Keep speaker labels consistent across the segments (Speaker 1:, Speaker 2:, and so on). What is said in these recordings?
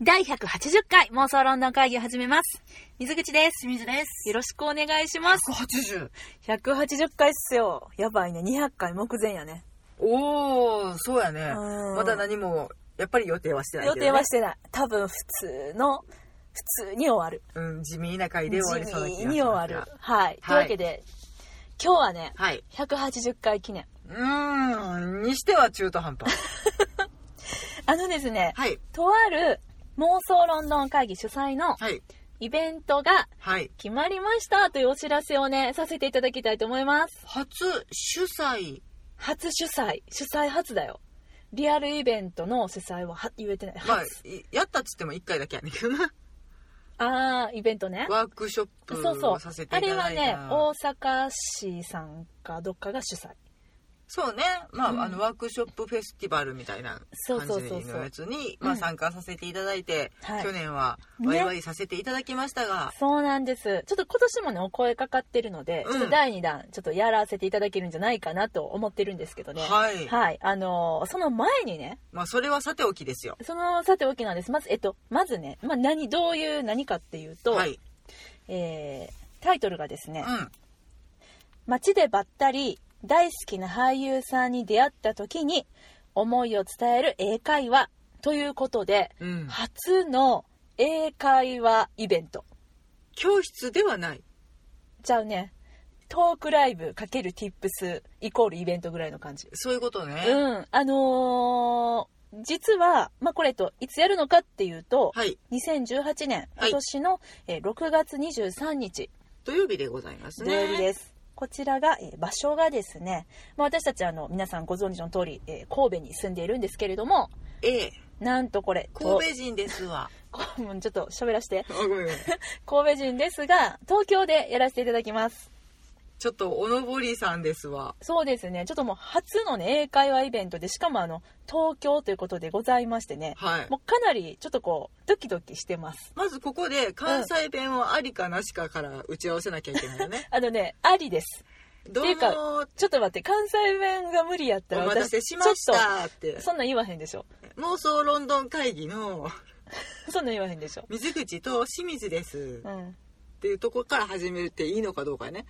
Speaker 1: 第180回妄想ロンドン会議を始めます。水口です。
Speaker 2: 清水です。
Speaker 1: よろしくお願いします。
Speaker 2: 180。
Speaker 1: 180回っすよ。やばいね。200回目前やね。
Speaker 2: おー、そうやね。
Speaker 1: うん
Speaker 2: まだ何も、やっぱり予定はしてないけ
Speaker 1: 予
Speaker 2: ど、ね。
Speaker 1: 定はしてない。多分普通の、普通に終わる。
Speaker 2: うん、地味な回で終わりそうな気
Speaker 1: 地
Speaker 2: がし
Speaker 1: 味
Speaker 2: ます
Speaker 1: に終わる。はい。というわけで、今日はね、
Speaker 2: はい。
Speaker 1: 180回記念。
Speaker 2: うーん、にしては中途半端。
Speaker 1: あのですね、
Speaker 2: はい。
Speaker 1: とある妄想ロンドン会議主催の
Speaker 2: はい。
Speaker 1: イベントが
Speaker 2: はい。
Speaker 1: 決まりましたというお知らせをね、させていただきたいと思います。
Speaker 2: 初主催。
Speaker 1: 初主催。主催初だよ。リアルイベントの主催はは言えてない。
Speaker 2: まあ
Speaker 1: 初。、
Speaker 2: いやったっつっても1回だけやねんけど な。
Speaker 1: ああー、イベントね。
Speaker 2: ワークショップ
Speaker 1: そうそ
Speaker 2: を
Speaker 1: う
Speaker 2: させ。て
Speaker 1: あ
Speaker 2: いただ
Speaker 1: れ
Speaker 2: いた。
Speaker 1: はね、大阪市さんかどっかが主催。
Speaker 2: そうね。まあ、
Speaker 1: うん
Speaker 2: あの、ワークショップフェスティバルみたいな
Speaker 1: そう
Speaker 2: 感
Speaker 1: そうそうそう
Speaker 2: じのやつに、ま
Speaker 1: う
Speaker 2: あ、
Speaker 1: ん
Speaker 2: 参加させていただいて、
Speaker 1: はい
Speaker 2: 去年は、
Speaker 1: ね
Speaker 2: ワイワイさせていただきましたが、
Speaker 1: そうなんです。ちょっと今年もね、お声かかってるので、
Speaker 2: うん
Speaker 1: ちょっと第2弾、ちょっとやらせていただけるんじゃないかなと思ってるんですけどね。
Speaker 2: はい
Speaker 1: あのーその前にね、
Speaker 2: まあ、それはさておきですよ。
Speaker 1: その、さておきなんです。まず、えっと、まずね、まあ、何、どういう何かっていうと、
Speaker 2: はい。
Speaker 1: えータイトルがですね、
Speaker 2: うん。
Speaker 1: 街でばったり大好きな俳優さんに出会った時に思いを伝える英会話ということで、
Speaker 2: うん、
Speaker 1: 初の英会話イベント
Speaker 2: 教室ではない
Speaker 1: じゃあねトークライブ ×tips イコールイベントぐらいの感じ
Speaker 2: そういうことね、
Speaker 1: うんあのー実は、まあ、これえっといつやるのかっていうと、
Speaker 2: はい
Speaker 1: 2018年今
Speaker 2: はい
Speaker 1: 年の、えー6月23日
Speaker 2: 土曜日でございま
Speaker 1: 土
Speaker 2: すね
Speaker 1: 曜日です。こちらが、えー場所がですね、まあ、私たちあの皆さんご存知の通り、えー神戸に住んでいるんですけれども、
Speaker 2: ええ
Speaker 1: なんとこれ、
Speaker 2: 神戸人です わ
Speaker 1: 戸ちょっと喋らせて、
Speaker 2: あごめんごめん
Speaker 1: 神戸人ですが、東京でやらせていただきます。
Speaker 2: ちょっとおのぼりさんですわ
Speaker 1: そうですね、ちょっともう初のね、英会話イベントで、しかもあの、東京ということでございましてね、
Speaker 2: はい
Speaker 1: もうかなりちょっとこう、ドキドキしてます。
Speaker 2: まずここで関西弁はありかなしかから打ち合わせなきゃいけないよね
Speaker 1: あのね、ありです。
Speaker 2: どう
Speaker 1: っていうか
Speaker 2: も
Speaker 1: ちょっと待って、関西弁が無理やった
Speaker 2: お
Speaker 1: ら
Speaker 2: 待たせしまし
Speaker 1: ちょ
Speaker 2: たって
Speaker 1: っと、そんなん言わへんでしょ。
Speaker 2: 妄想ロンドン会議の
Speaker 1: そんなん言わへんでしょ。
Speaker 2: 水口と清水です
Speaker 1: う
Speaker 2: っ
Speaker 1: ん。
Speaker 2: ていうとこから始めていいのかどうかね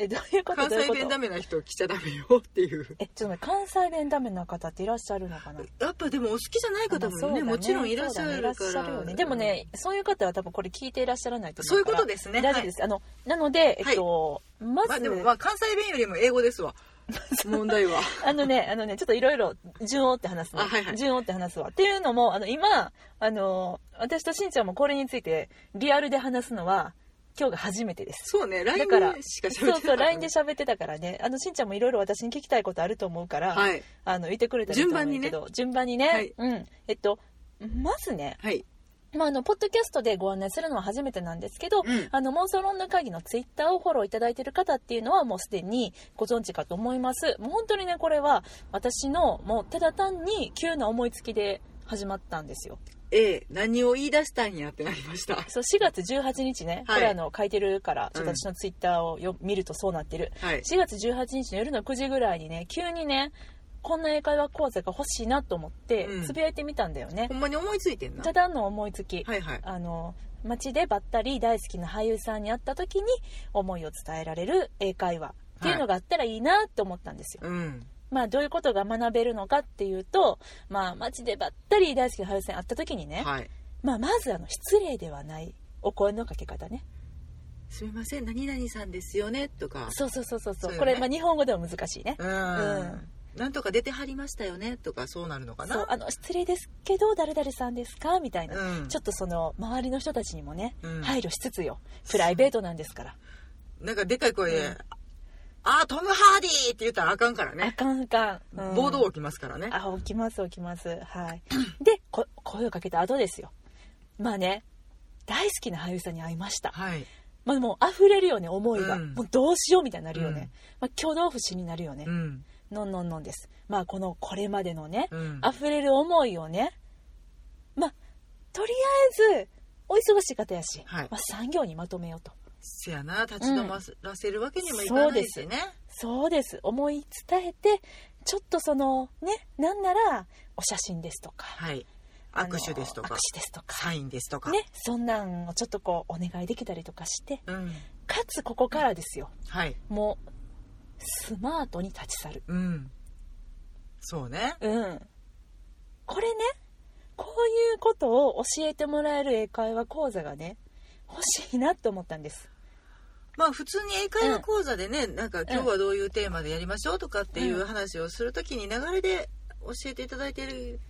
Speaker 1: えどういうこと
Speaker 2: 関
Speaker 1: どういう
Speaker 2: 西
Speaker 1: こと
Speaker 2: 弁ダメな人来ちゃダメよっていう
Speaker 1: えちょっと待って関西弁ダメな方っていらっしゃるのかな
Speaker 2: やっぱでもお好きじゃない
Speaker 1: あま
Speaker 2: 方
Speaker 1: あ
Speaker 2: も
Speaker 1: そう
Speaker 2: ね
Speaker 1: だ
Speaker 2: もちろんいらっしゃるから
Speaker 1: そうだねいらっしゃるよねでもねそういう方は多分これ聞いていらっしゃらないと思
Speaker 2: そういうう
Speaker 1: か
Speaker 2: こ
Speaker 1: ら
Speaker 2: とですね
Speaker 1: 大丈夫です、あのなのでえっと、ま
Speaker 2: まあ
Speaker 1: ず、
Speaker 2: でもまあ関西弁よりも英語ですわ問題は
Speaker 1: あのね、あのね、ちょっといろいろ順を追って話すね
Speaker 2: あはいはい
Speaker 1: 順を追って話すわ。っていうのも、あの、今、あの、私としんちゃんもこれについて、リアルで話すのは、今日が初めてです。
Speaker 2: そうね LINE
Speaker 1: だから、
Speaker 2: でしか喋ってな
Speaker 1: そうそう、LINE で
Speaker 2: し
Speaker 1: 喋ってたからね、あの、しんちゃんもいろいろ私に聞きたいことあると思うから、
Speaker 2: はい
Speaker 1: あの、いてくれたらいいと思うんやけど、順番にね、
Speaker 2: はい
Speaker 1: うん。えっと、まずね、
Speaker 2: はい
Speaker 1: まあ、あの、ポッドキャストでご案内するのは初めてなんですけど、
Speaker 2: うん
Speaker 1: あの、妄想論の会議のツイッターをフォローいただいている方っていうのはもうすでにご存知かと思います。もう本当にね、これは私のもうただ単に急な思いつきで始まったんですよ。
Speaker 2: A 何を言い出したんやってなりました
Speaker 1: そう、4月18日ね、
Speaker 2: は
Speaker 1: こ
Speaker 2: い
Speaker 1: れあの、書いてるから、ちょっと
Speaker 2: うん
Speaker 1: 私のツイッターをよ見るとそうなってる。
Speaker 2: はい
Speaker 1: 4月18日の夜の9時ぐらいにね急にねこんな英会話講座が欲しいなと思って
Speaker 2: うん
Speaker 1: つぶやいてみたんだよね
Speaker 2: ほ、んまに思いついてんな
Speaker 1: ただの思いつき、
Speaker 2: はいはい
Speaker 1: あの街でばったり大好きな俳優さんに会った時に思いを伝えられる英会話っていうのがあったらいいなって思ったんですよ、
Speaker 2: うん
Speaker 1: まあどういうことが学べるのかっていうとまあ街でばったり大好きな俳優さんに会った時にね、
Speaker 2: はい
Speaker 1: まあまずあの失礼ではないお声のかけ方ね
Speaker 2: すみません何々さんですよねとか
Speaker 1: そうそうそうそうそう
Speaker 2: そうよね
Speaker 1: これ、まあ、日本語では難しいね、
Speaker 2: うん
Speaker 1: ん
Speaker 2: なんとか出てはりましたよねとかそうなるのか
Speaker 1: そう
Speaker 2: な
Speaker 1: あの失礼ですけど誰々さんですかみたいな、
Speaker 2: うん
Speaker 1: ちょっとその周りの人たちにもね、
Speaker 2: うん
Speaker 1: 配慮しつつよプライベートなんですから、
Speaker 2: なんかでかい声
Speaker 1: う
Speaker 2: で
Speaker 1: ん
Speaker 2: 「あトム・ハーディー!」って言ったらあかんから
Speaker 1: あ
Speaker 2: ね
Speaker 1: かんあかん、うん
Speaker 2: 暴動起きますからね
Speaker 1: あ起きます起きますはい でこ声をかけた後ですよまあね大好きな俳優さんに会いました、
Speaker 2: はい
Speaker 1: まあ、もう溢れるよね思いが、
Speaker 2: うん
Speaker 1: もうどうしようみたいになるよね、
Speaker 2: う
Speaker 1: ま
Speaker 2: ん
Speaker 1: あ、挙動不審になるよね、
Speaker 2: うん
Speaker 1: のんのんのんですまあこのこれまでのね、
Speaker 2: うん
Speaker 1: 溢れる思いをねまあとりあえずお忙しい方やし、
Speaker 2: はい
Speaker 1: まあ、産業にまとめようと
Speaker 2: せやな立ち止まらせるわけにもいか
Speaker 1: そう
Speaker 2: な
Speaker 1: で
Speaker 2: い
Speaker 1: す
Speaker 2: しね、
Speaker 1: そうです思い伝えてちょっとそのねなんならお写真ですとか、
Speaker 2: はい
Speaker 1: あの
Speaker 2: 握手ですとか
Speaker 1: 握手ですとか
Speaker 2: サインですとか。
Speaker 1: ね、そんなんをちょっとこうお願いできたりとかして
Speaker 2: うん。
Speaker 1: かつここからですよ
Speaker 2: はい。
Speaker 1: もうスマートに立ち去る
Speaker 2: うん。そうね。
Speaker 1: うんこれねこういうことを教えてもらえる英会話講座がね欲しいなと思ったんです
Speaker 2: まあ普通に英会話講座でね、なんか今日はどういうテーマでやりましょうとかっていう話をするときに流れで教えていただいてる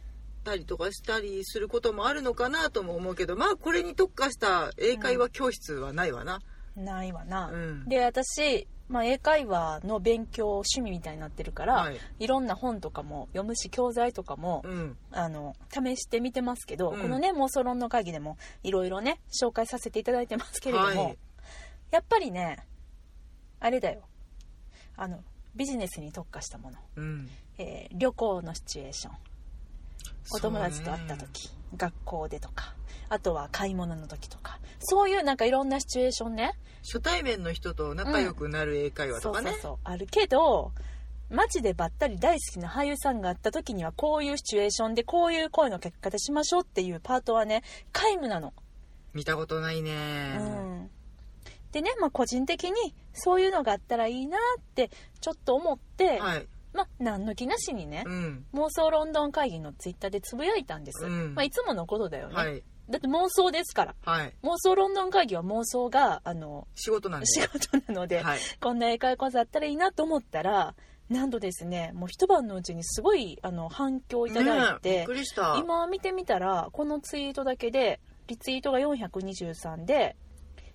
Speaker 2: たりとかしたりすることもあるのかなとも思うけど、まあこれに特化した英会話教室はないわな。
Speaker 1: ないわな、
Speaker 2: うん
Speaker 1: で私、まあ、英会話の勉強趣味みたいになってるから、
Speaker 2: はいい、
Speaker 1: ろんな本とかも読むし教材とかも、
Speaker 2: うん。
Speaker 1: あの試してみてますけど、
Speaker 2: うん
Speaker 1: このね妄想論の会議でもいろいろね紹介させていただいてますけれども、
Speaker 2: はい
Speaker 1: やっぱりねあれだよあのビジネスに特化したもの、
Speaker 2: うん。
Speaker 1: えー旅行のシチュエーションお友達と会った
Speaker 2: そうね。
Speaker 1: 時、学校でとかあとは買い物の時とかそういうなんかいろんなシチュエーションね
Speaker 2: 初対面の人と仲良くなる英会話
Speaker 1: そ
Speaker 2: と
Speaker 1: う
Speaker 2: かね。
Speaker 1: そうそうあるけど街でばったり大好きな俳優さんがあった時にはこういうシチュエーションでこういう声のかけ方しましょうっていうパートはね皆無なの、
Speaker 2: 見たことないうね。
Speaker 1: ん、でね、まあ、個人的にそういうのがあったらいいなってちょっと思って、
Speaker 2: はい。
Speaker 1: まあ何の気なしにね、
Speaker 2: うん。
Speaker 1: 妄想ロンドン会議のツイッターでつぶやいたんです、
Speaker 2: うん
Speaker 1: まあ、いつものことだよね、
Speaker 2: はい。
Speaker 1: だって妄想ですから
Speaker 2: はい。
Speaker 1: 妄想ロンドン会議は妄想があの
Speaker 2: 仕事なんで。
Speaker 1: 仕事なので、
Speaker 2: はい。
Speaker 1: こんな英会話講座あったらいいなと思ったらなんとですねもう一晩のうちにすごいあの反響をいただい
Speaker 2: ねえび
Speaker 1: て、
Speaker 2: っくりした。
Speaker 1: 今見てみたらこのツイートだけでリツイートが423で「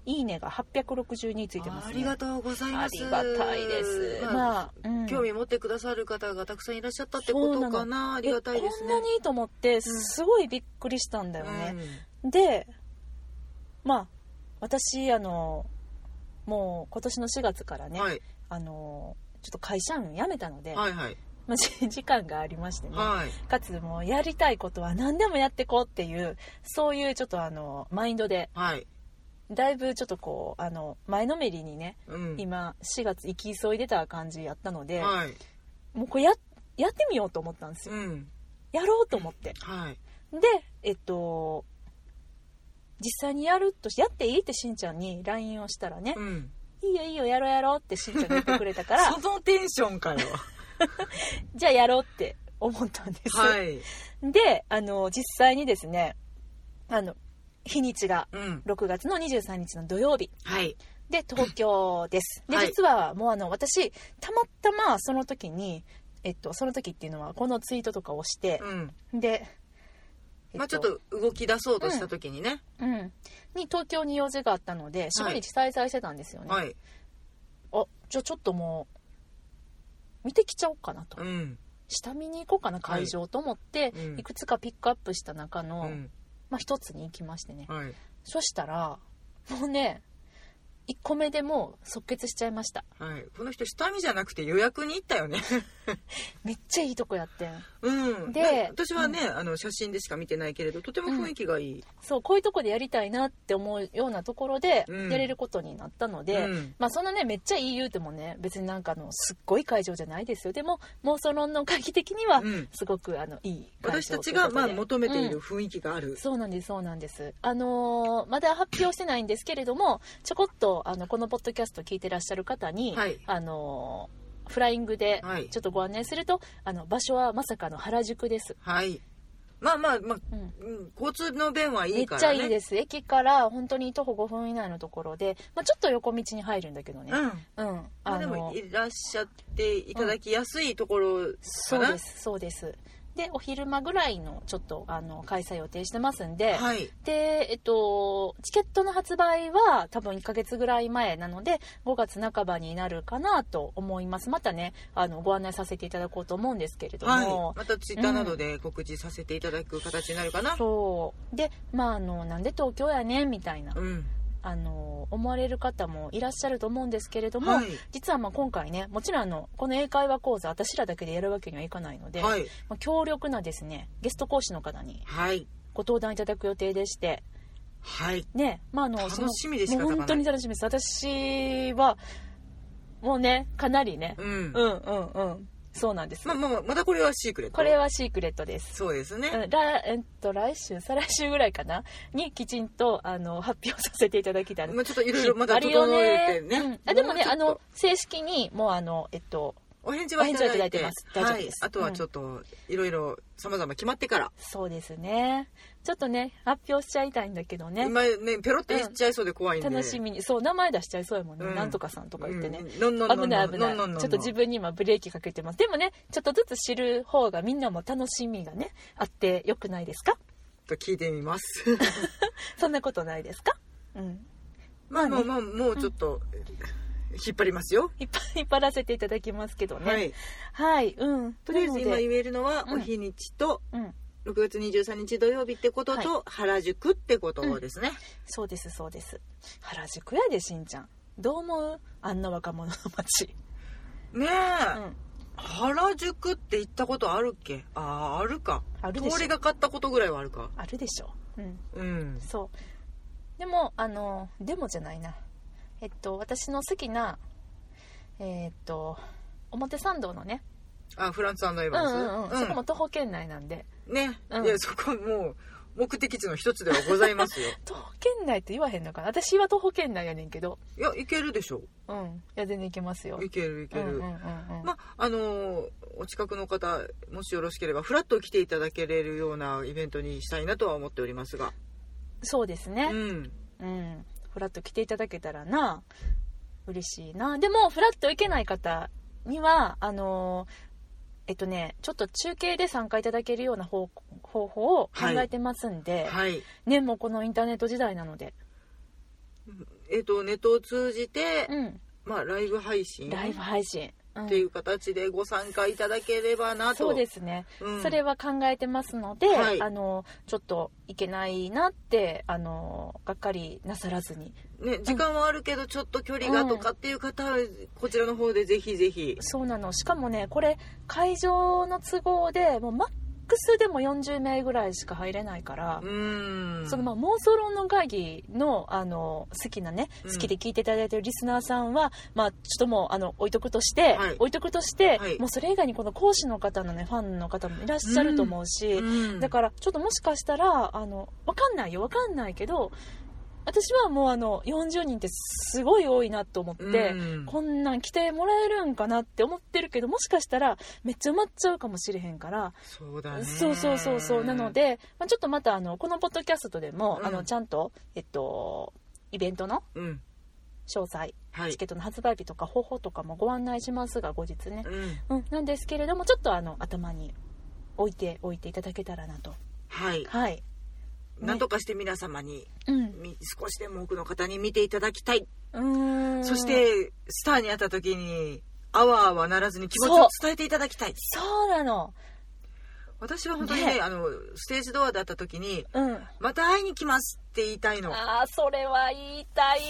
Speaker 1: いいね」が862ついてます、ね、
Speaker 2: ありがとうござい
Speaker 1: あ
Speaker 2: ます。
Speaker 1: りがたいです、
Speaker 2: まあ、
Speaker 1: まあ、うん
Speaker 2: 興味持ってくださる方がたくさんいらっしゃったってこと
Speaker 1: そうな
Speaker 2: かな。ありがたいですね。
Speaker 1: えこんなにいいと思ってすごいびっくりしたんだよね、でまあ私あのもう今年の4月から
Speaker 2: うん
Speaker 1: ね、
Speaker 2: はい、
Speaker 1: あのちょっと会社員辞めたので、
Speaker 2: はい、はい、
Speaker 1: まあ、 じ時間がありましてね、
Speaker 2: はい。
Speaker 1: かつもうやりたいことは何でもやってこうっていうそういうちょっとあのマインドで
Speaker 2: はい。
Speaker 1: だいぶちょっとこうあの前のめりにね
Speaker 2: うん。
Speaker 1: 今4月行き急いでた感じやったので、
Speaker 2: はい。
Speaker 1: もうこれややってみようと思ったんですよ
Speaker 2: うん。
Speaker 1: やろうと思って
Speaker 2: はい。
Speaker 1: でえっと実際にやるとやっていいってしんちゃんに LINE をしたらね
Speaker 2: うん。
Speaker 1: 「いいよいいよやろうやろう」ってしんちゃんが言ってくれたから
Speaker 2: そのテンショ ンかよ。
Speaker 1: じゃあやろうって思ったんです、
Speaker 2: はい。
Speaker 1: であの実際にですねあの日にちが
Speaker 2: うん。
Speaker 1: 6月の23日の土曜日
Speaker 2: はい。
Speaker 1: で東京ですで
Speaker 2: はい
Speaker 1: 実はもうあの私たまたまその時に、えっと、その時っていうのはこのツイートとかをして
Speaker 2: うん。
Speaker 1: で、え
Speaker 2: まあちょっと動き出そうとした時にね。
Speaker 1: うん、に東京に用事があったので45日滞在してたんですよね、
Speaker 2: はい。
Speaker 1: あじゃあちょっともう見てきちゃおうかなと、
Speaker 2: うん。
Speaker 1: 下見に行こうかな会場と思って、
Speaker 2: いうん
Speaker 1: いくつかピックアップした中
Speaker 2: う
Speaker 1: の、
Speaker 2: ん。
Speaker 1: まあ、一つに行きましてね
Speaker 2: はい。
Speaker 1: そしたらもうね1個目でもう即決しちゃいました
Speaker 2: はい。この人、下見じゃなくて予約に行った よね。
Speaker 1: めっちゃいいとこやってん
Speaker 2: うん。
Speaker 1: で
Speaker 2: ね私はね、あの、写真でしか見てないけれど、とても雰囲気がいい。
Speaker 1: そうこういうとこでやりたいなって思うようなところで
Speaker 2: うん
Speaker 1: やれることになったので、
Speaker 2: うん
Speaker 1: まあそんなねめっちゃいい言うてもね別になんかあのすっごい会場じゃないですよでも妄想論の会議的には
Speaker 2: うん
Speaker 1: すごくあのいい会
Speaker 2: 私
Speaker 1: 場
Speaker 2: た
Speaker 1: と
Speaker 2: ち
Speaker 1: いうこと
Speaker 2: が、
Speaker 1: で
Speaker 2: まあ、求めてい
Speaker 1: うん
Speaker 2: る雰囲気がある。
Speaker 1: そうなんですそうなんですあのーまだ発表してないんですけれどもちょこっとあのこのポッドキャスト聞いてらっしゃる方に、
Speaker 2: はい
Speaker 1: あのーフライングで
Speaker 2: はい
Speaker 1: ちょっとご案内すると、あの場所はまさかの原宿です、
Speaker 2: はい。まあまあまあ、
Speaker 1: うん
Speaker 2: うん交通の便はい
Speaker 1: め
Speaker 2: い
Speaker 1: っ
Speaker 2: か
Speaker 1: ちゃ
Speaker 2: らね。
Speaker 1: いいです駅から本当に徒歩5分以内のところで、まあ、ちょっと横道に入るんだけどね
Speaker 2: う
Speaker 1: う
Speaker 2: ん。
Speaker 1: ん、
Speaker 2: まあ
Speaker 1: あ
Speaker 2: で
Speaker 1: の
Speaker 2: もいらっしゃっていただきやすいところ
Speaker 1: そう
Speaker 2: かな。
Speaker 1: ですそうですでお昼間ぐらいのちょっとあの開催予定してますんで、
Speaker 2: はい。
Speaker 1: で、えっと、チケットの発売は多分1ヶ月ぐらい前なので、5月半ばになるかなと思います。またね、あの、ご案内させていただこうと思うんですけれども
Speaker 2: はい。、またツイッターなどで告知させていただく形になるかな。
Speaker 1: そう。で、まあ、あの、なんで東京やねんみたいな、
Speaker 2: うん。
Speaker 1: あの、思われる方もいらっしゃると思うんですけれども、
Speaker 2: はい。
Speaker 1: 実はまあ今回ね、もちろんあの、この英会話講座、私らだけでやるわけにはいかないので、
Speaker 2: はい。
Speaker 1: まあ強力なですね、ゲスト講師の方に
Speaker 2: はい。
Speaker 1: ご登壇いただく予定でして、
Speaker 2: はい。
Speaker 1: ねまああの
Speaker 2: 楽
Speaker 1: その
Speaker 2: しみで仕方がない
Speaker 1: もう本当に楽しみです私はもうねかなりね
Speaker 2: うん
Speaker 1: う。んうんうんそうなんです、
Speaker 2: まあまあまあまだこれはシークレット
Speaker 1: これはシークレットです
Speaker 2: そうですね、
Speaker 1: うん来えっと、来週再来週ぐらいかなにきちんとあの発表させていただきたい
Speaker 2: まあ、ちょっといろいろまだ整えてね
Speaker 1: うんあでもね
Speaker 2: うちょ
Speaker 1: あ
Speaker 2: っと
Speaker 1: の正式にもうあのえっと
Speaker 2: お返事はいただいて
Speaker 1: お返事はいただいてます大丈夫です
Speaker 2: はい、あとはちょっといろいろさまざま決まってから、
Speaker 1: そうですねちょっとね発表しちゃいたいんだけどね
Speaker 2: 今ねペロって言っちゃいそうで怖いんで、
Speaker 1: 楽しみにそう名前出しちゃいそうやもんね、
Speaker 2: うん
Speaker 1: なんとかさんとか言ってね、
Speaker 2: うんのんのんのんの
Speaker 1: 危
Speaker 2: ん
Speaker 1: ない危ないち
Speaker 2: のん
Speaker 1: ょ
Speaker 2: のんのんのん
Speaker 1: っと自分に今ブレーキかけてますでもねちょっとずつ知る方がみんなも楽しみがねあってよくないですか
Speaker 2: と聞いてみます
Speaker 1: そんなことないですかうん
Speaker 2: まあ
Speaker 1: ま
Speaker 2: ま
Speaker 1: あ
Speaker 2: あ
Speaker 1: ね
Speaker 2: まあもうちょっと引っ張りますよ、
Speaker 1: 引っ張引っ張らせていた だきますけどね
Speaker 2: は
Speaker 1: はい、
Speaker 2: い
Speaker 1: うん
Speaker 2: とりあえず
Speaker 1: な
Speaker 2: 今
Speaker 1: ので
Speaker 2: 言えるのは
Speaker 1: うん
Speaker 2: お日にちと
Speaker 1: うん、
Speaker 2: 6月23日土曜日ってこと
Speaker 1: は
Speaker 2: と原宿ってことですね、
Speaker 1: そうですそうです原宿やでしんちゃんどう思うあんな若者の街、
Speaker 2: ね
Speaker 1: う
Speaker 2: え、
Speaker 1: ん、
Speaker 2: 原宿って行ったことあるっけあああるか
Speaker 1: あるで
Speaker 2: 通
Speaker 1: し
Speaker 2: り
Speaker 1: ょ
Speaker 2: がかったことぐらいはあるか
Speaker 1: あるでしょうん
Speaker 2: うん
Speaker 1: そうでもあのでもじゃないなえっと私の好きなえーっと表参道のね
Speaker 2: あフランスアンドエ
Speaker 1: うん
Speaker 2: バ
Speaker 1: う
Speaker 2: ンス、
Speaker 1: ん、うん、そこも徒歩圏内なんで
Speaker 2: ね、
Speaker 1: うん
Speaker 2: いやそこはもう目的地の一つではございま すよ
Speaker 1: 徒歩圏内って言わへんのかな私は徒歩圏内やねんけど
Speaker 2: いや行けるでしょ
Speaker 1: うんいや全然行けますよ
Speaker 2: 行ける行ける、
Speaker 1: うんうんうんうん
Speaker 2: まあのーお近くの方もしよろしければフラッと来ていただけれるようなイベントにしたいなとは思っておりますが
Speaker 1: そうです
Speaker 2: う
Speaker 1: ね
Speaker 2: ん
Speaker 1: うんフラッと来ていただけたらな嬉しいなでもフラッと行けない方にはあのえっとねちょっと中継で参加いただけるような方方法を考えてますんで、
Speaker 2: はい
Speaker 1: ねもうこのインターネット時代なので、
Speaker 2: えっ、とネットを通じて、
Speaker 1: うん、
Speaker 2: まあライブ配信
Speaker 1: ライブ
Speaker 2: っ
Speaker 1: 配信、うん
Speaker 2: ていう形でご参加いただければなと
Speaker 1: そうですね、
Speaker 2: うん
Speaker 1: それは考えてますので、
Speaker 2: はい
Speaker 1: あのちょっといけないなってあのがっかりなさらずに
Speaker 2: ね、時間はあるけどちょっと距離がとかっていう方はこちらの方でぜひぜひ
Speaker 1: そうなのしかもねこれ会場の都合でもうマックスでも40名ぐらいしか入れないから
Speaker 2: う、ん
Speaker 1: そのまあ妄想論の会議のあの好きなね
Speaker 2: う
Speaker 1: 好
Speaker 2: ん
Speaker 1: きで聞いていただいてるリスナーさんは、まあ、ちょっともうあの置いとくとして、
Speaker 2: はい
Speaker 1: 置いとくとして、
Speaker 2: はい
Speaker 1: もうそれ以外にこの講師の方のねファンの方もいらっしゃると思うし、
Speaker 2: うん
Speaker 1: だからちょっともしかしたらあのわかんないよわかんないけど私はもうあの40人ってすごい多いなと思って。
Speaker 2: うん
Speaker 1: こんなん来てもらえるんかなって思ってるけどもしかしたらめっちゃ埋まっちゃうかもしれへんから
Speaker 2: そうだね
Speaker 1: そうそうそうそうなので、まあ、ちょっとまたあのこのポッドキャストでも、
Speaker 2: うん
Speaker 1: あのちゃんと、えっと、イベントの
Speaker 2: うん
Speaker 1: 詳細
Speaker 2: はい
Speaker 1: チケットの発売日とか方法とかもご案内しますが後日ね、
Speaker 2: うん
Speaker 1: うん、なんですけれどもちょっとあの頭に置いておいていただけたらなと
Speaker 2: はい
Speaker 1: はい、
Speaker 2: なんとかして皆様に
Speaker 1: うん、
Speaker 2: み少しでも多くの方に見ていただきたいう
Speaker 1: ーん
Speaker 2: そしてスターに会った時にあわあわならずに気持ちを伝えていただきたい
Speaker 1: そうなの
Speaker 2: 私は本当にね
Speaker 1: ね
Speaker 2: あのステージドアだった時に
Speaker 1: うん
Speaker 2: 「また会いに来ます」って言いたいの
Speaker 1: ああそれは言いたい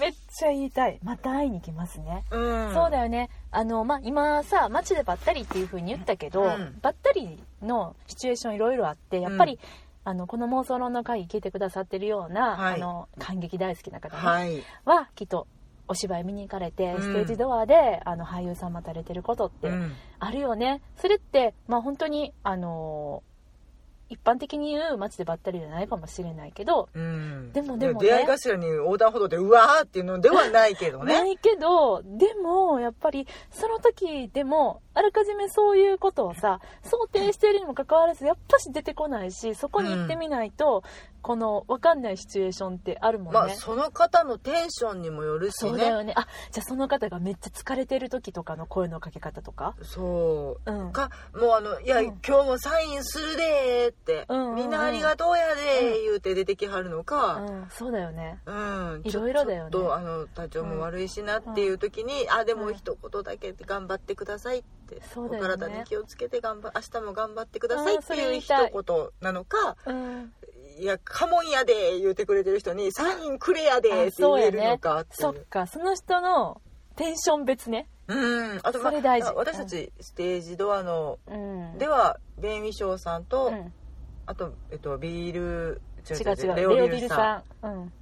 Speaker 1: めっちゃ言いたいまた会いに来ますね
Speaker 2: うん
Speaker 1: そうだよねあの、まあ、今さ街でばったりっていう風に言ったけど、
Speaker 2: うん
Speaker 1: ばったりのシチュエーションいろいろあってやっぱり、あのこの妄想論の会議聞いてくださってるような、
Speaker 2: はい
Speaker 1: あの感激大好きな方ね、
Speaker 2: はい
Speaker 1: はきっとお芝居見に行かれて、
Speaker 2: うん
Speaker 1: ステージドアであの俳優さん待たれてることって
Speaker 2: うん
Speaker 1: あるよね、それって、まあ、本当にあの一般的に言う街でばったりじゃないかもしれないけど、
Speaker 2: うん
Speaker 1: でもでもね
Speaker 2: 出会い頭に横断歩道でうわーっていうのではないけど
Speaker 1: な
Speaker 2: ね
Speaker 1: いけどでもやっぱりその時でもあらかじめそういうことをさ想定しているにもかかわらずやっぱし出てこないしそこに行ってみないと、この分かんないシチュエーションってあるもんね、
Speaker 2: まあその方のテンションにもよるし
Speaker 1: そうだ
Speaker 2: ね
Speaker 1: よねあじゃあその方がめっちゃ疲れてる時とかの声のかけ方とか
Speaker 2: そう
Speaker 1: うん
Speaker 2: かもうあの「いや、
Speaker 1: うん
Speaker 2: 今日もサインするで」って、
Speaker 1: うんうんうん
Speaker 2: みんなありがとうやで」言うて出てきはるのか、
Speaker 1: うん、そうだよね
Speaker 2: うん
Speaker 1: いろいろだよね
Speaker 2: ちょっとあの体調も悪いしなっていう時に「あでも一言だけ頑張ってください」って、
Speaker 1: そうだ
Speaker 2: お
Speaker 1: よね
Speaker 2: 体に気をつけて頑張明日も頑張ってください」
Speaker 1: あー
Speaker 2: っ
Speaker 1: そ
Speaker 2: て
Speaker 1: れ
Speaker 2: い
Speaker 1: 言
Speaker 2: う
Speaker 1: い
Speaker 2: 一
Speaker 1: たい
Speaker 2: 言なのか
Speaker 1: うん
Speaker 2: 「いやカモンやで」言うてくれてる人に「サインくれやで」って言えるのかってい
Speaker 1: そうっかその人のテンション別ね
Speaker 2: うんあと、ま
Speaker 1: そ
Speaker 2: あ
Speaker 1: れ大事
Speaker 2: 私たちステージドアの、
Speaker 1: うん
Speaker 2: では弁衣装さんと、
Speaker 1: うん、違
Speaker 2: あと、えっと、ビール、違
Speaker 1: う違うレ
Speaker 2: レ
Speaker 1: オ
Speaker 2: オ
Speaker 1: ビ
Speaker 2: ビ
Speaker 1: ル
Speaker 2: ルさん。
Speaker 1: さんうん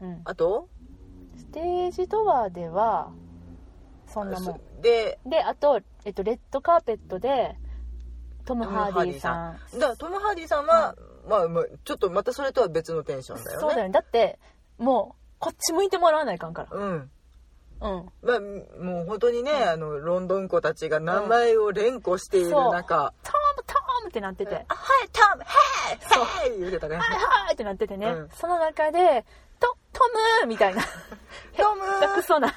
Speaker 1: うん
Speaker 2: あと、
Speaker 1: ステージドアではそんなもん
Speaker 2: そで
Speaker 1: であと、えっと、レッドカーペットでトム・
Speaker 2: トムハ
Speaker 1: ハ
Speaker 2: ーディ
Speaker 1: ーディーさん
Speaker 2: だからトム・ハーディさんは、まあまあ、ちょっとまたそれとは別のテンションだよね
Speaker 1: そうだよねだってもうこっち向いてもらわないかんから
Speaker 2: うん
Speaker 1: うん
Speaker 2: まあ、もう本当にね、あのロンドン子たちが名前を連呼している中、
Speaker 1: トムトムってなってて、
Speaker 2: あはいトム
Speaker 1: そう
Speaker 2: ヘイヘイ言ってたね
Speaker 1: はいはいってなっててね、
Speaker 2: うん
Speaker 1: その中で「トトムー!」みたいな
Speaker 2: トム
Speaker 1: 下手くそな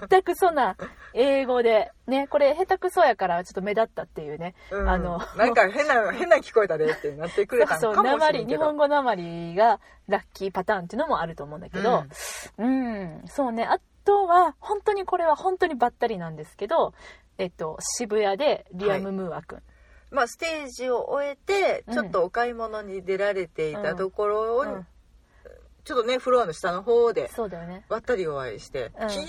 Speaker 1: 下手くそな英語でねこれ下手くそやからちょっと目立ったっていうね、
Speaker 2: うん
Speaker 1: あの
Speaker 2: なんか変な変な聞こえたでってなってくれた
Speaker 1: そ
Speaker 2: の
Speaker 1: う
Speaker 2: か
Speaker 1: そう
Speaker 2: もし
Speaker 1: 鉛
Speaker 2: れん
Speaker 1: 日
Speaker 2: けど
Speaker 1: 本語なまりがラッキーパターンっていうのもあると思うんだけどうん、そうねあとは本当にこれは本当にばったりなんですけどえっと渋谷でリアム・ムーア君、
Speaker 2: まあ、ステージを終えて
Speaker 1: うん
Speaker 2: ちょっとお買い物に出られていたところを、
Speaker 1: うん、
Speaker 2: ちょっとねフロアの下の方で
Speaker 1: そうだよね
Speaker 2: 渡りお会いして、
Speaker 1: うん
Speaker 2: キヤ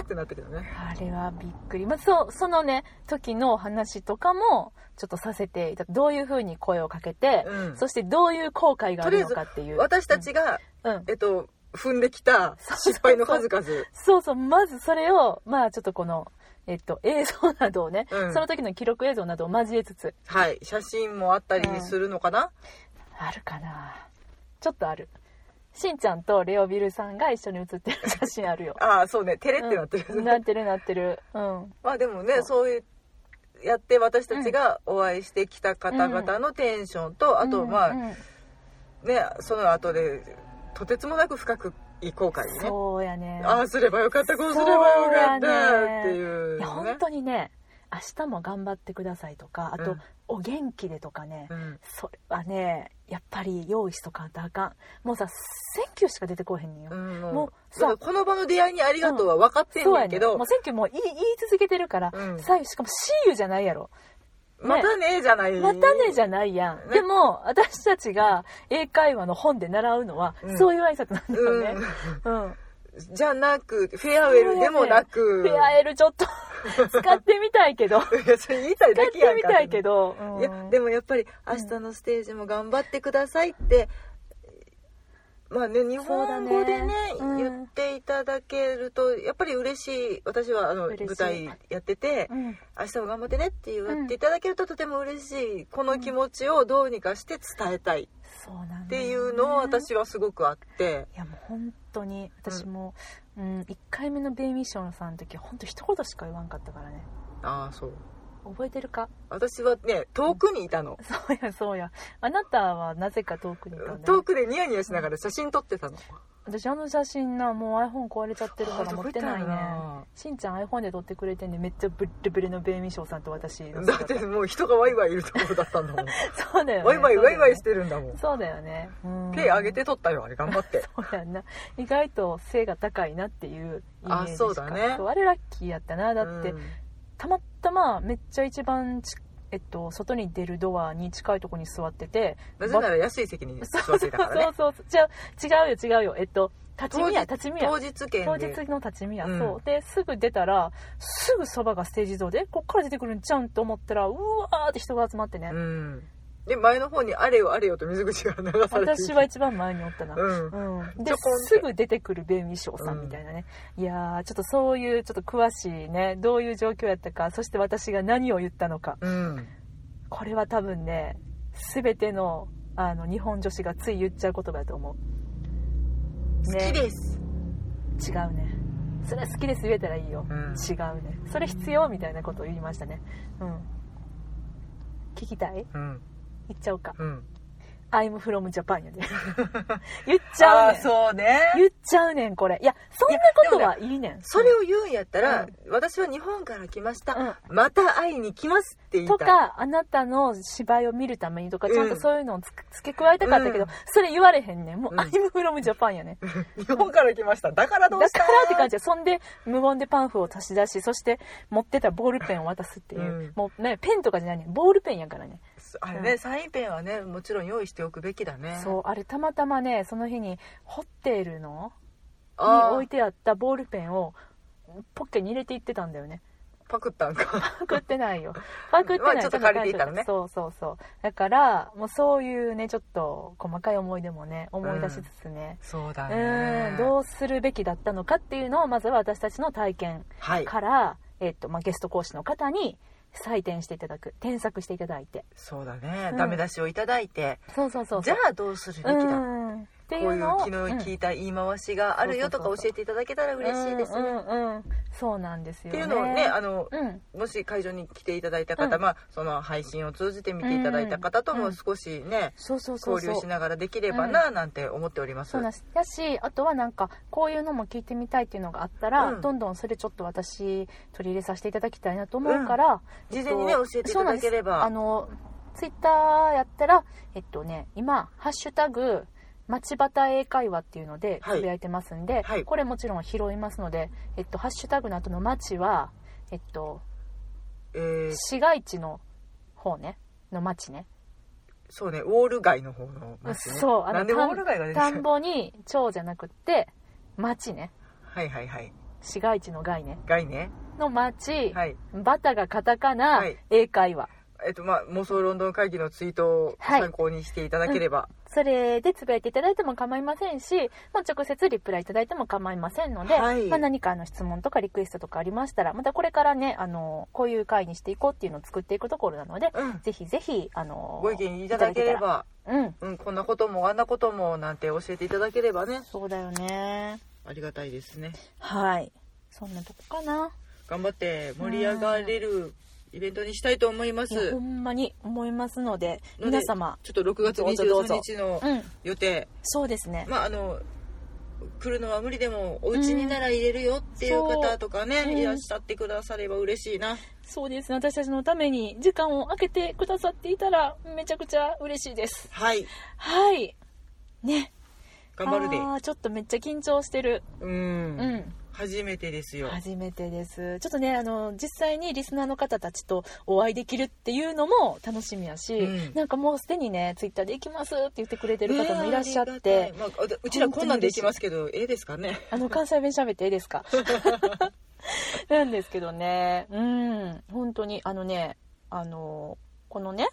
Speaker 2: ーってなったけどね
Speaker 1: あれはびっくり、まあ、そうそのね時のお話とかもちょっとさせていたどういうふうに声をかけて、
Speaker 2: うん
Speaker 1: そしてどういう後悔があるのかっていう
Speaker 2: 私たちが、
Speaker 1: うんうん
Speaker 2: えっと踏んできた
Speaker 1: そうそう
Speaker 2: 失敗の数々
Speaker 1: そうそうまずそれをまあちょっとこの、えっと、映像などをね、
Speaker 2: うん
Speaker 1: その時の記録映像などを交えつつ
Speaker 2: はい写真もあったりするのかな、
Speaker 1: あるかなちょっとあるしんちゃんとレオビルさんが一緒に写ってる写真あるよ
Speaker 2: ああそうねテレってなってる、
Speaker 1: うんなってるなってるうん
Speaker 2: まあでもねそういうやって私たちがお会いしてきた方々のテンションと、あとまあ、
Speaker 1: うんうん
Speaker 2: ねその後でとてつもなく深くいい後悔ね
Speaker 1: そうやね
Speaker 2: ああすればよかったこうすればよかったっていう
Speaker 1: いや
Speaker 2: の
Speaker 1: 本
Speaker 2: ね
Speaker 1: 当にね明日も頑張ってくださいとかあと、
Speaker 2: うん
Speaker 1: お元気でとかね、
Speaker 2: うん
Speaker 1: それはねやっぱり用意しとかんとあかんもうさ「センキュー」しか出てこへんねんよ、
Speaker 2: うんもう
Speaker 1: もう
Speaker 2: だからこの場の出会いにありがとうは分かってん
Speaker 1: そう
Speaker 2: ね
Speaker 1: や
Speaker 2: ん
Speaker 1: ね
Speaker 2: け
Speaker 1: んも
Speaker 2: ど、
Speaker 1: う「センキュー」もう言い言い続けてるから、
Speaker 2: うん
Speaker 1: 最後しかも「See you」じゃないやろ
Speaker 2: またねじゃない、
Speaker 1: またねじゃないやん、
Speaker 2: ね
Speaker 1: でも私たちが英会話の本で習うのは、
Speaker 2: うん
Speaker 1: そういう挨拶なんだよね、うん
Speaker 2: じゃなくフェアウェルでもなく
Speaker 1: フェアエルちょっと 使ってみたいけど使
Speaker 2: いや それ言いたいだ
Speaker 1: っ
Speaker 2: けや
Speaker 1: て
Speaker 2: ん
Speaker 1: み
Speaker 2: か
Speaker 1: たいけど、うん
Speaker 2: いやでもやっぱり明日のステージも頑張ってくださいって、まあね日本語でね
Speaker 1: そうだねうん
Speaker 2: 言っていただけるとやっぱり嬉しい私はあの
Speaker 1: 嬉しい
Speaker 2: 舞台やってて、
Speaker 1: うん
Speaker 2: 明日も頑張ってねって言っていただけるととても嬉しいこの気持ちをどうにかして伝えたいっ
Speaker 1: そうなんだよね
Speaker 2: ていうのを私はすごくあって。
Speaker 1: いやもう本当に私も、うん1回目のベイミッションさんの時は本当一言しか言わんかったからね
Speaker 2: ああそう
Speaker 1: 覚えてるか
Speaker 2: 私はね遠くにいたの、
Speaker 1: そうやそうやあなたはなぜか遠くにいたんだよ
Speaker 2: 遠くでニヤニヤしながら写真撮ってたの
Speaker 1: 私あの写真なもう iPhone 壊れちゃってるから持ってない
Speaker 2: あどこ行ったん
Speaker 1: ね
Speaker 2: やろな
Speaker 1: しんちゃん iPhone で撮ってくれてんでめっちゃブッレブレのベイミッションさんと私の
Speaker 2: だってもう人がワイワイいるところだったんだもん
Speaker 1: そうだよね
Speaker 2: ワイワイワイワイしててるんだもん
Speaker 1: そうだよねうん
Speaker 2: 手上げて取ったよあれ頑張って
Speaker 1: そうやんな意外と背が高いなっていうイメージしか
Speaker 2: あそうだね
Speaker 1: そうあれラッキーやったなだって、
Speaker 2: うん
Speaker 1: たまたまめっちゃ一番ち、えっと、外に出るドアに近いとこに座ってて
Speaker 2: なぜな
Speaker 1: ば
Speaker 2: ら安い席に座
Speaker 1: そう
Speaker 2: って
Speaker 1: そう
Speaker 2: いたからね
Speaker 1: そうそうじゃあ違うよ違うよえっと立ち見や
Speaker 2: 当
Speaker 1: 立ち見や
Speaker 2: 当日券
Speaker 1: 当
Speaker 2: で
Speaker 1: 日の立ち見や、
Speaker 2: うん
Speaker 1: そうですぐ出たらすぐそばがステージ上でこっから出てくるんちゃうんと思ったらうわーって人が集まってね、
Speaker 2: うんで前の方にあれよあれよと水口が流されて
Speaker 1: 私は一番前におったな、
Speaker 2: うん
Speaker 1: うん、
Speaker 2: ち
Speaker 1: で
Speaker 2: ょこんって
Speaker 1: すぐ出てくる弁理士さんみたいなね、いやーちょっとそういうちょっと詳しいねどういう状況やったかそして私が何を言ったのか
Speaker 2: うん
Speaker 1: これは多分ね全てのあの日本女子がつい言っちゃう言葉だと思う、
Speaker 2: 好き
Speaker 1: ね、
Speaker 2: です
Speaker 1: 違うねそれは好きです言えたらいいよ、
Speaker 2: うん
Speaker 1: 違うねそれ必要みたいなことを言いましたねうん聞きたい
Speaker 2: うん
Speaker 1: 言っちゃおうか
Speaker 2: うん
Speaker 1: 「I'm from Japan」やで 言っちゃう
Speaker 2: ああ
Speaker 1: ねん
Speaker 2: そうね
Speaker 1: 言っちゃうねんこれいやそんなことはいいねん
Speaker 2: それを言うんやったら
Speaker 1: う
Speaker 2: 私は日本から来ましたまた会いに来ますって言い
Speaker 1: と
Speaker 2: たい
Speaker 1: かあなたの芝居を見るためにとかちゃん
Speaker 2: う
Speaker 1: と
Speaker 2: ん
Speaker 1: そういうのをつ付け加えたかったけど、
Speaker 2: うん
Speaker 1: それ言われへんねんもう「
Speaker 2: うん
Speaker 1: I'm from Japan」やねん
Speaker 2: 日本から来ましただからどう
Speaker 1: だ
Speaker 2: し
Speaker 1: か
Speaker 2: た
Speaker 1: らって感じでそんで無言でパンフを差し出しそして持ってたボールペンを渡すっていう、
Speaker 2: うん
Speaker 1: もうねペンとかじゃないねボールペンやからね、
Speaker 2: あれねサインペンはねもちろん用意しておくべきだね
Speaker 1: そうあれたまたまねその日にホテルのに
Speaker 2: あ
Speaker 1: 置い
Speaker 2: ー
Speaker 1: てあったボールペンをポッケに入れていってたんだ よね
Speaker 2: パクったんか
Speaker 1: パクってないよパクってない
Speaker 2: まあちょっと借りていたらね
Speaker 1: そうそうそうだからもうそういうねちょっと細かい思い出もね思い出しつつね、
Speaker 2: そうだ
Speaker 1: うん
Speaker 2: ね
Speaker 1: どうするべきだったのかっていうのをまずは私たちの体験
Speaker 2: はい
Speaker 1: からえっとまあ、ゲスト講師の方に採点していただく添削していただいて
Speaker 2: そうだね、
Speaker 1: うん
Speaker 2: ダメ出しをいただいて
Speaker 1: そうそうそう
Speaker 2: じ
Speaker 1: そう
Speaker 2: ゃあどうするべきだ、
Speaker 1: うんってい
Speaker 2: こ
Speaker 1: う
Speaker 2: いうう
Speaker 1: のを
Speaker 2: 昨日聞いた言い回しがあるよとか
Speaker 1: そうそうそうそう
Speaker 2: 教えていただけたら嬉しいですね。
Speaker 1: うんうんうんそうなんです
Speaker 2: っ
Speaker 1: よ、
Speaker 2: て
Speaker 1: ね、
Speaker 2: いうのをねあの
Speaker 1: うん
Speaker 2: もし会場に来ていただいた方、
Speaker 1: うん
Speaker 2: まあ、その配信を通じて見ていただいた方と
Speaker 1: う
Speaker 2: も
Speaker 1: ん
Speaker 2: 少しね、
Speaker 1: そうそうそうそう
Speaker 2: 交流しながらできればななんて思っております。
Speaker 1: そうなんですやしあとはなんかこういうのも聞いてみたいっていうのがあったら、
Speaker 2: うん
Speaker 1: どんどんそれちょっと私取り入れさせていただきたいなと思うから、
Speaker 2: 事前にね
Speaker 1: えっと
Speaker 2: 教えていただければ
Speaker 1: そうなんですあのツイッターやったらえっとね今「ハッシュタグ町端英会話」っていうので
Speaker 2: はい
Speaker 1: つぶやいてますんで、
Speaker 2: はい
Speaker 1: これもちろん拾いますので、えっと、ハッシュタグの後の「町」は、えっと、
Speaker 2: えー
Speaker 1: 市街地の方ねの町ね
Speaker 2: そうねウォール街の方の街ね
Speaker 1: そうあの
Speaker 2: なんでウォール街が出て
Speaker 1: 田
Speaker 2: き
Speaker 1: ん
Speaker 2: た
Speaker 1: ぼに町じゃなくって町ね
Speaker 2: はいはいはい
Speaker 1: 市街地の街ね
Speaker 2: 街ね
Speaker 1: の町、
Speaker 2: はい
Speaker 1: バタがカタカナ、
Speaker 2: はい
Speaker 1: 英会話
Speaker 2: えっとまあ妄想ロンドン会議のツイートを
Speaker 1: はい
Speaker 2: 参考にしていただければ、
Speaker 1: それでつぶやいていただいても構いませんし、まあ、直接リプライいただいても構いませんので、
Speaker 2: はい
Speaker 1: まあ、何かあの質問とかリクエストとかありましたらまたこれからねあのこういう会にしていこうっていうのを作っていくところなので、
Speaker 2: うん
Speaker 1: ぜひぜひあの
Speaker 2: ご意見いただけ
Speaker 1: い
Speaker 2: れ
Speaker 1: ただ
Speaker 2: ば
Speaker 1: けたらうん
Speaker 2: うん、こんなこともあんなこともなんて教えていただければね
Speaker 1: そうだよね
Speaker 2: ありがたいですね
Speaker 1: はいそんなとこかな
Speaker 2: 頑張って盛り上がれるイベントにしたいと思いま
Speaker 1: いや
Speaker 2: す
Speaker 1: ほんまに思いますので
Speaker 2: ので
Speaker 1: 皆様
Speaker 2: ちょっと6月
Speaker 1: どうぞどう
Speaker 2: 23
Speaker 1: ぞ
Speaker 2: 日の
Speaker 1: うん
Speaker 2: 予定
Speaker 1: そうですね、
Speaker 2: まああの来るのは無理でもお家になら入れるよっていう方とかね、
Speaker 1: うんそう
Speaker 2: いらっしゃってくだされば嬉しいな
Speaker 1: そうですね私たちのために時間を空けてくださっていたらめちゃくちゃ嬉しいです
Speaker 2: はい
Speaker 1: はいね
Speaker 2: 頑張るで
Speaker 1: あーちょっとめっちゃ緊張してる
Speaker 2: う
Speaker 1: う
Speaker 2: ん、
Speaker 1: ん
Speaker 2: 初めてですよ
Speaker 1: 初めてですちょっとねあの実際にリスナーの方たちとお会いできるっていうのも楽しみやし、
Speaker 2: うん
Speaker 1: なんかもうすでにねツイッターで行きますって言ってくれてる方もいらっしゃって、
Speaker 2: ねありがたいまあ、うちらこんなんでいきますけどええですかね
Speaker 1: あの関西弁喋っていいです かなんですけどねうん本当にあのねあのこのね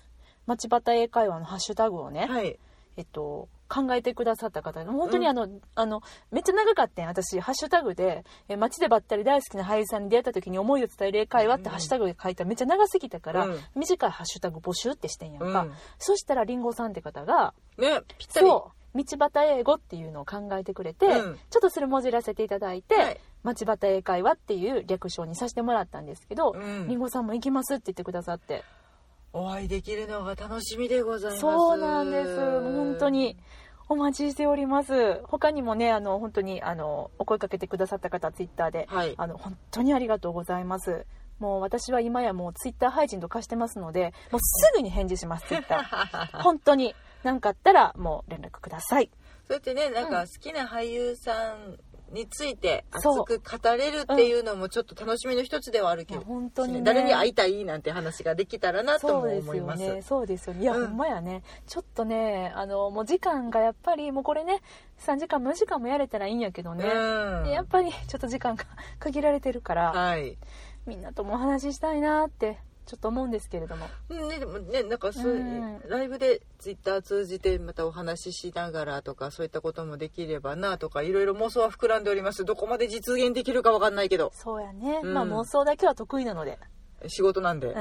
Speaker 1: 町端英会話のハッシュタグをね、
Speaker 2: はい
Speaker 1: えっと考えてくださった方本当にあの、あのめっちゃ長かったん私ハッシュタグで「え街でばったり大好きな俳優さんに出会った時に思いを伝える英会話」ってハッシュタグで書いたらめっちゃ長すぎたから、
Speaker 2: うん
Speaker 1: 短いハッシュタグ募集ってしてんやんか、
Speaker 2: うん
Speaker 1: そしたらりんごさんって方が
Speaker 2: ねぴったり
Speaker 1: そう道端英語っていうのを考えてくれて、
Speaker 2: うん
Speaker 1: ちょっとそれもじらせていただいて、
Speaker 2: はい
Speaker 1: 町端英会話っていう略称にさせてもらったんですけど、
Speaker 2: うん
Speaker 1: りんごさんも行きますって言ってくださって
Speaker 2: お会いできるのが楽しみでございます
Speaker 1: そうなんです本当にお待ちしております他にもねあの本当にあのお声かけてくださった方ツイッターで、
Speaker 2: はい
Speaker 1: あの本当にありがとうございますもう私は今やもうツイッター配信と化してますのでもうすぐに返事しますツイッター 本当に何かあったらもう連絡ください
Speaker 2: そうやってねなん
Speaker 1: う
Speaker 2: か
Speaker 1: ん
Speaker 2: 好きな俳優さんについて熱
Speaker 1: そう
Speaker 2: く語れるっていうのもちょっと楽しみの一つではあるけ
Speaker 1: い
Speaker 2: ど
Speaker 1: や本当にね
Speaker 2: 誰に会いたいなんて話ができたらなと
Speaker 1: そう
Speaker 2: も
Speaker 1: で
Speaker 2: 思
Speaker 1: す
Speaker 2: い
Speaker 1: よ
Speaker 2: ます
Speaker 1: ねそうですよねいや、
Speaker 2: うん
Speaker 1: ほんまやねちょっとねあのもう時間がやっぱりもうこれね3時間も4時間もやれたらいいんやけどね、
Speaker 2: うん
Speaker 1: やっぱりちょっと時間が 限られてるから
Speaker 2: はい
Speaker 1: みんなともお話ししたいなってちょっと思うんですけれども
Speaker 2: うんね、でもねなんかそう、
Speaker 1: うん
Speaker 2: ライブでツイッター通じてまたお話ししながらとかそういったこともできればなとかいろいろ妄想は膨らんでおりますどこまで実現できるかわかんないけど
Speaker 1: そうやね、
Speaker 2: うん
Speaker 1: まあ妄想だけは得意なので
Speaker 2: 仕事なんで、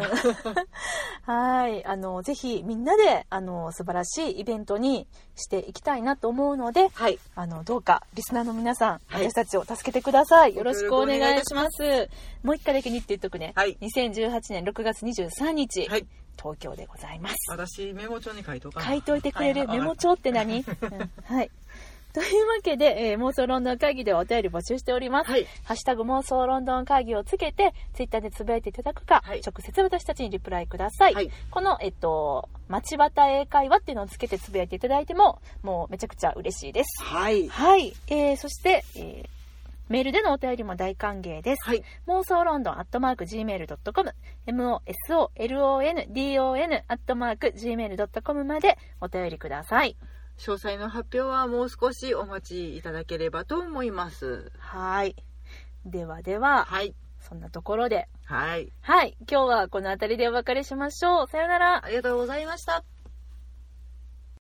Speaker 1: はいあのぜひみんなであの素晴らしいイベントにしていきたいなと思うので
Speaker 2: はい
Speaker 1: あのどうかリスナーの皆さん、
Speaker 2: はい
Speaker 1: 私たちを助けてくださいよ
Speaker 2: ご
Speaker 1: ろし
Speaker 2: 協
Speaker 1: く
Speaker 2: 力
Speaker 1: お
Speaker 2: お
Speaker 1: 願
Speaker 2: 願い
Speaker 1: い
Speaker 2: いた
Speaker 1: し
Speaker 2: し
Speaker 1: ま
Speaker 2: ます
Speaker 1: もう一回だけ日程言っとくね、
Speaker 2: はい
Speaker 1: 2018年6月23日、
Speaker 2: はい
Speaker 1: 東京でございます
Speaker 2: 私メモ帳に書いとかな
Speaker 1: 書いといてくれる
Speaker 2: はい
Speaker 1: メモ帳って 何、うんはい。というわけで、えー妄想ロンドン会議ではお便り募集しております。
Speaker 2: はい
Speaker 1: ハッシュタグ妄想ロンドン会議をつけて、ツイッターでつぶやいていただくか、
Speaker 2: はい
Speaker 1: 直接私たちにリプライください。
Speaker 2: はい
Speaker 1: この、えっと、町端英会話っていうのをつけてつぶやいていただいても、もうめちゃくちゃ嬉しいです。
Speaker 2: はい
Speaker 1: はい。えー、そして、えーメールでのお便りも大歓迎です。
Speaker 2: はい
Speaker 1: 妄想ロンドンアットマーク Gmail.com MOSOLONDON アットマーク Gmail.com までお便りください。
Speaker 2: 詳細の発表はもう少しお待ちいただければと思います
Speaker 1: はい。ではでは、
Speaker 2: はい
Speaker 1: そんなところで。
Speaker 2: はい
Speaker 1: はい。今日はこの辺りでお別れしましょう。さよなら。
Speaker 2: ありがとうございました